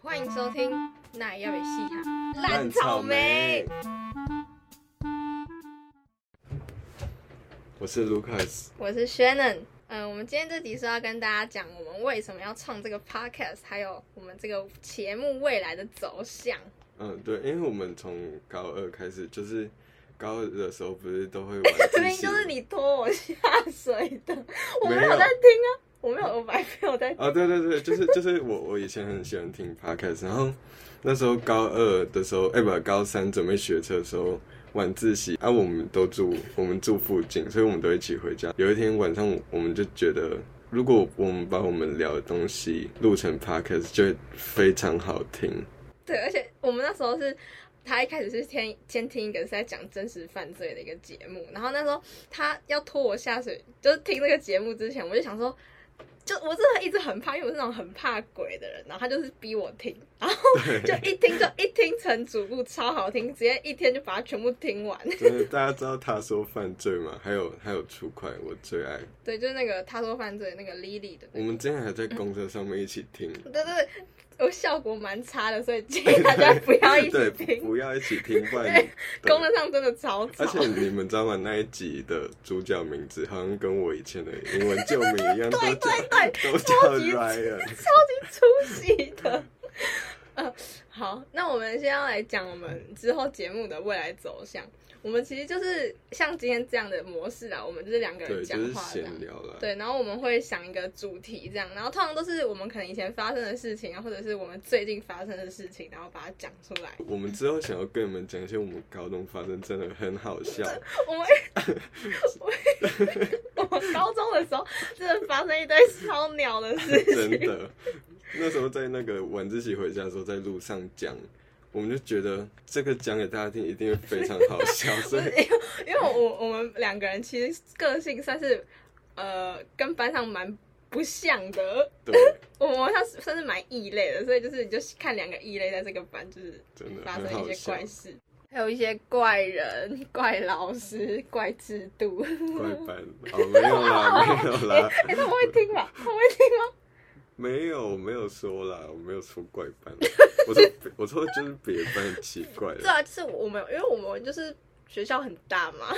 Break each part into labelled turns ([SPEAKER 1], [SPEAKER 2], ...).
[SPEAKER 1] 欢迎收听《那要被戏哈
[SPEAKER 2] 烂草莓。我是 Lucas，》，
[SPEAKER 1] 我是 Shannon。嗯，我们今天这集是要跟大家讲我们为什么要创这个 podcast，还有我们这个节目未来的走向。
[SPEAKER 2] 嗯，对，因为我们从高二开始，就是高二的时候不是都会玩
[SPEAKER 1] 明明
[SPEAKER 2] 即兴
[SPEAKER 1] 就是你拖我下水的，我没
[SPEAKER 2] 没
[SPEAKER 1] 有
[SPEAKER 2] 有
[SPEAKER 1] 在听啊，我没有，我白没有在听。
[SPEAKER 2] 啊，对对对，就是就是我我以前很喜欢听 podcast，然后那时候高二的时候，哎、不，高三准备学车的时候，晚自习啊，我们都住我们住附近，所以我们都一起回家。有一天晚上，我们就觉得，如果我们把我们聊的东西录成 podcast，就会非常好听。
[SPEAKER 1] 对，而且我们那时候是。他一开始是先先听一个是在讲真实犯罪的一个节目，然后那时候他要拖我下水，就是听这个节目之前，我就想说，就我真的一直很怕，因为我是那种很怕鬼的人，然后他就是逼我听，然后就一听就一听成主顾，超好听，直接一天就把它全部听完。
[SPEAKER 2] 就是大家知道他说犯罪嘛，还有还有出快，我最爱。
[SPEAKER 1] 对，就是那个他说犯罪那个 Lily 的那
[SPEAKER 2] 我
[SPEAKER 1] 个，
[SPEAKER 2] 们今天还在公车上面一起听。
[SPEAKER 1] 对对对，我效果蛮差的，所以建议大家不要一起
[SPEAKER 2] 对，
[SPEAKER 1] 听。
[SPEAKER 2] 不要一起听，不 然你
[SPEAKER 1] 功能上真的超吵
[SPEAKER 2] 而，且你们知道吗？那一集的主角名字好像跟我以前的英文旧名一样，都叫
[SPEAKER 1] 对
[SPEAKER 2] 都叫
[SPEAKER 1] 超级
[SPEAKER 2] Ryan。
[SPEAKER 1] 出息的。 呃，好，那我们先要来讲我们之后节目的未来走向。我们其实就是像今天这样的模式啊啦，我们就是两个人
[SPEAKER 2] 对，
[SPEAKER 1] 讲
[SPEAKER 2] 就是
[SPEAKER 1] 话这样。
[SPEAKER 2] 闲聊啦。
[SPEAKER 1] 对，然后我们会想一个主题这样，然后通常都是我们可能以前发生的事情啊，或者是我们最近发生的事情，然后把它讲出 来。
[SPEAKER 2] 我们之后想要跟你们讲一些我们高中发生真的很好笑，
[SPEAKER 1] 我们 我们我 们高中的时候，真的发生一堆超鸟的事
[SPEAKER 2] 真
[SPEAKER 1] 情。
[SPEAKER 2] 的。那时候在那个晚自习回家的时候，在路上讲，我们就觉得这个讲给大家听一定会非常好笑，
[SPEAKER 1] 不
[SPEAKER 2] 所以
[SPEAKER 1] 是因为因为我我们两个人其实个性算是呃跟班上蛮不像的，
[SPEAKER 2] 对，
[SPEAKER 1] 我们算是算是蛮异类的，所以就是你就看两个异类在这个班就是
[SPEAKER 2] 真的
[SPEAKER 1] 发
[SPEAKER 2] 很
[SPEAKER 1] 生
[SPEAKER 2] 好
[SPEAKER 1] 一些
[SPEAKER 2] 笑
[SPEAKER 1] 怪，事，还有一些怪人、怪老师、怪制度。
[SPEAKER 2] 怪班哦，没有啦，没有啦，
[SPEAKER 1] 哎、他们会听 吧？他们会听吗？
[SPEAKER 2] 没有，我没有说啦，我没有说怪 班，我说我说就是别班很奇怪
[SPEAKER 1] 对
[SPEAKER 2] 的，
[SPEAKER 1] 啊，就是我们，因为我们就是学校很大嘛，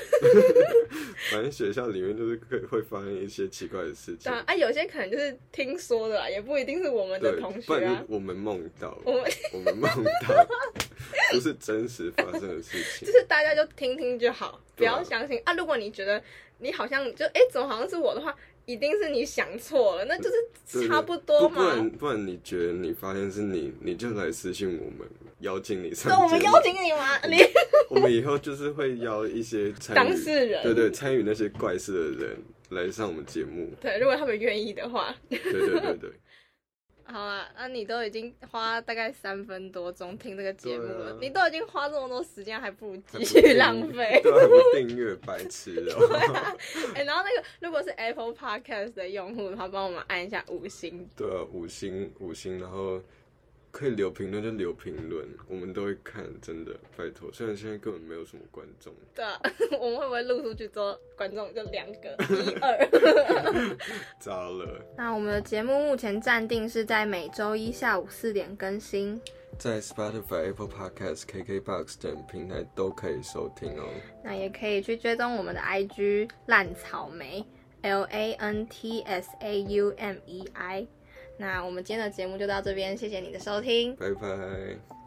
[SPEAKER 2] 反正学校里面就是会会发生一些奇怪的事
[SPEAKER 1] 对，
[SPEAKER 2] 情
[SPEAKER 1] 啊，啊有些可能就是听说的啦，也不一定是我们的
[SPEAKER 2] 对
[SPEAKER 1] 同，
[SPEAKER 2] 不
[SPEAKER 1] 学
[SPEAKER 2] 然
[SPEAKER 1] 啊
[SPEAKER 2] 就。我们梦到，
[SPEAKER 1] 我们
[SPEAKER 2] 我们梦到， 不是真实发生的事情
[SPEAKER 1] 就，是大家就听听就好，不
[SPEAKER 2] 对啊
[SPEAKER 1] 要相信啊。如果你觉得你好像就哎、怎么好像是我的话，一定是你想错了，那就
[SPEAKER 2] 对
[SPEAKER 1] 是
[SPEAKER 2] 对
[SPEAKER 1] 差不 多
[SPEAKER 2] 不不然
[SPEAKER 1] 嘛。
[SPEAKER 2] 不然你觉得你发现是你，你就来私信我们，邀请你上
[SPEAKER 1] 对，我们
[SPEAKER 2] 节目
[SPEAKER 1] 邀请你嘛，你
[SPEAKER 2] 我们以后就是会邀一些参与
[SPEAKER 1] 当事人
[SPEAKER 2] 对对，参与那些怪事的人来上我们节目。
[SPEAKER 1] 对，如果他们愿意的话，
[SPEAKER 2] 对对对对，
[SPEAKER 1] 好啊，那、你都已经花大概三分多钟听这个节目了，
[SPEAKER 2] 对啊
[SPEAKER 1] 你都已经花这么多时间，还不如
[SPEAKER 2] 还
[SPEAKER 1] 继
[SPEAKER 2] 不
[SPEAKER 1] 续
[SPEAKER 2] 订
[SPEAKER 1] 浪费。
[SPEAKER 2] 对啊，还不订阅，白痴哦。
[SPEAKER 1] 哎、然后那个如果是 Apple Podcast 的用户的话，帮我们按一下五星。
[SPEAKER 2] 对啊，五星五星，然后可以留评论就留评论，我们都会看，真的，拜托。虽然现在根本没有什么观 众，
[SPEAKER 1] 对啊，我们会不会录出去之后，观众就两个一二？
[SPEAKER 2] 糟了。
[SPEAKER 1] 那我们的节目目前暂定是在每周一下午四点更新，
[SPEAKER 2] 在 Spotify、Apple Podcast、KKBox 等平台都可以收听哦。
[SPEAKER 1] 那也可以去追踪我们的 IG 烂草莓 L A N T S A U M E I。那我们今天的节目就到这边，谢谢你的收听。
[SPEAKER 2] 拜拜。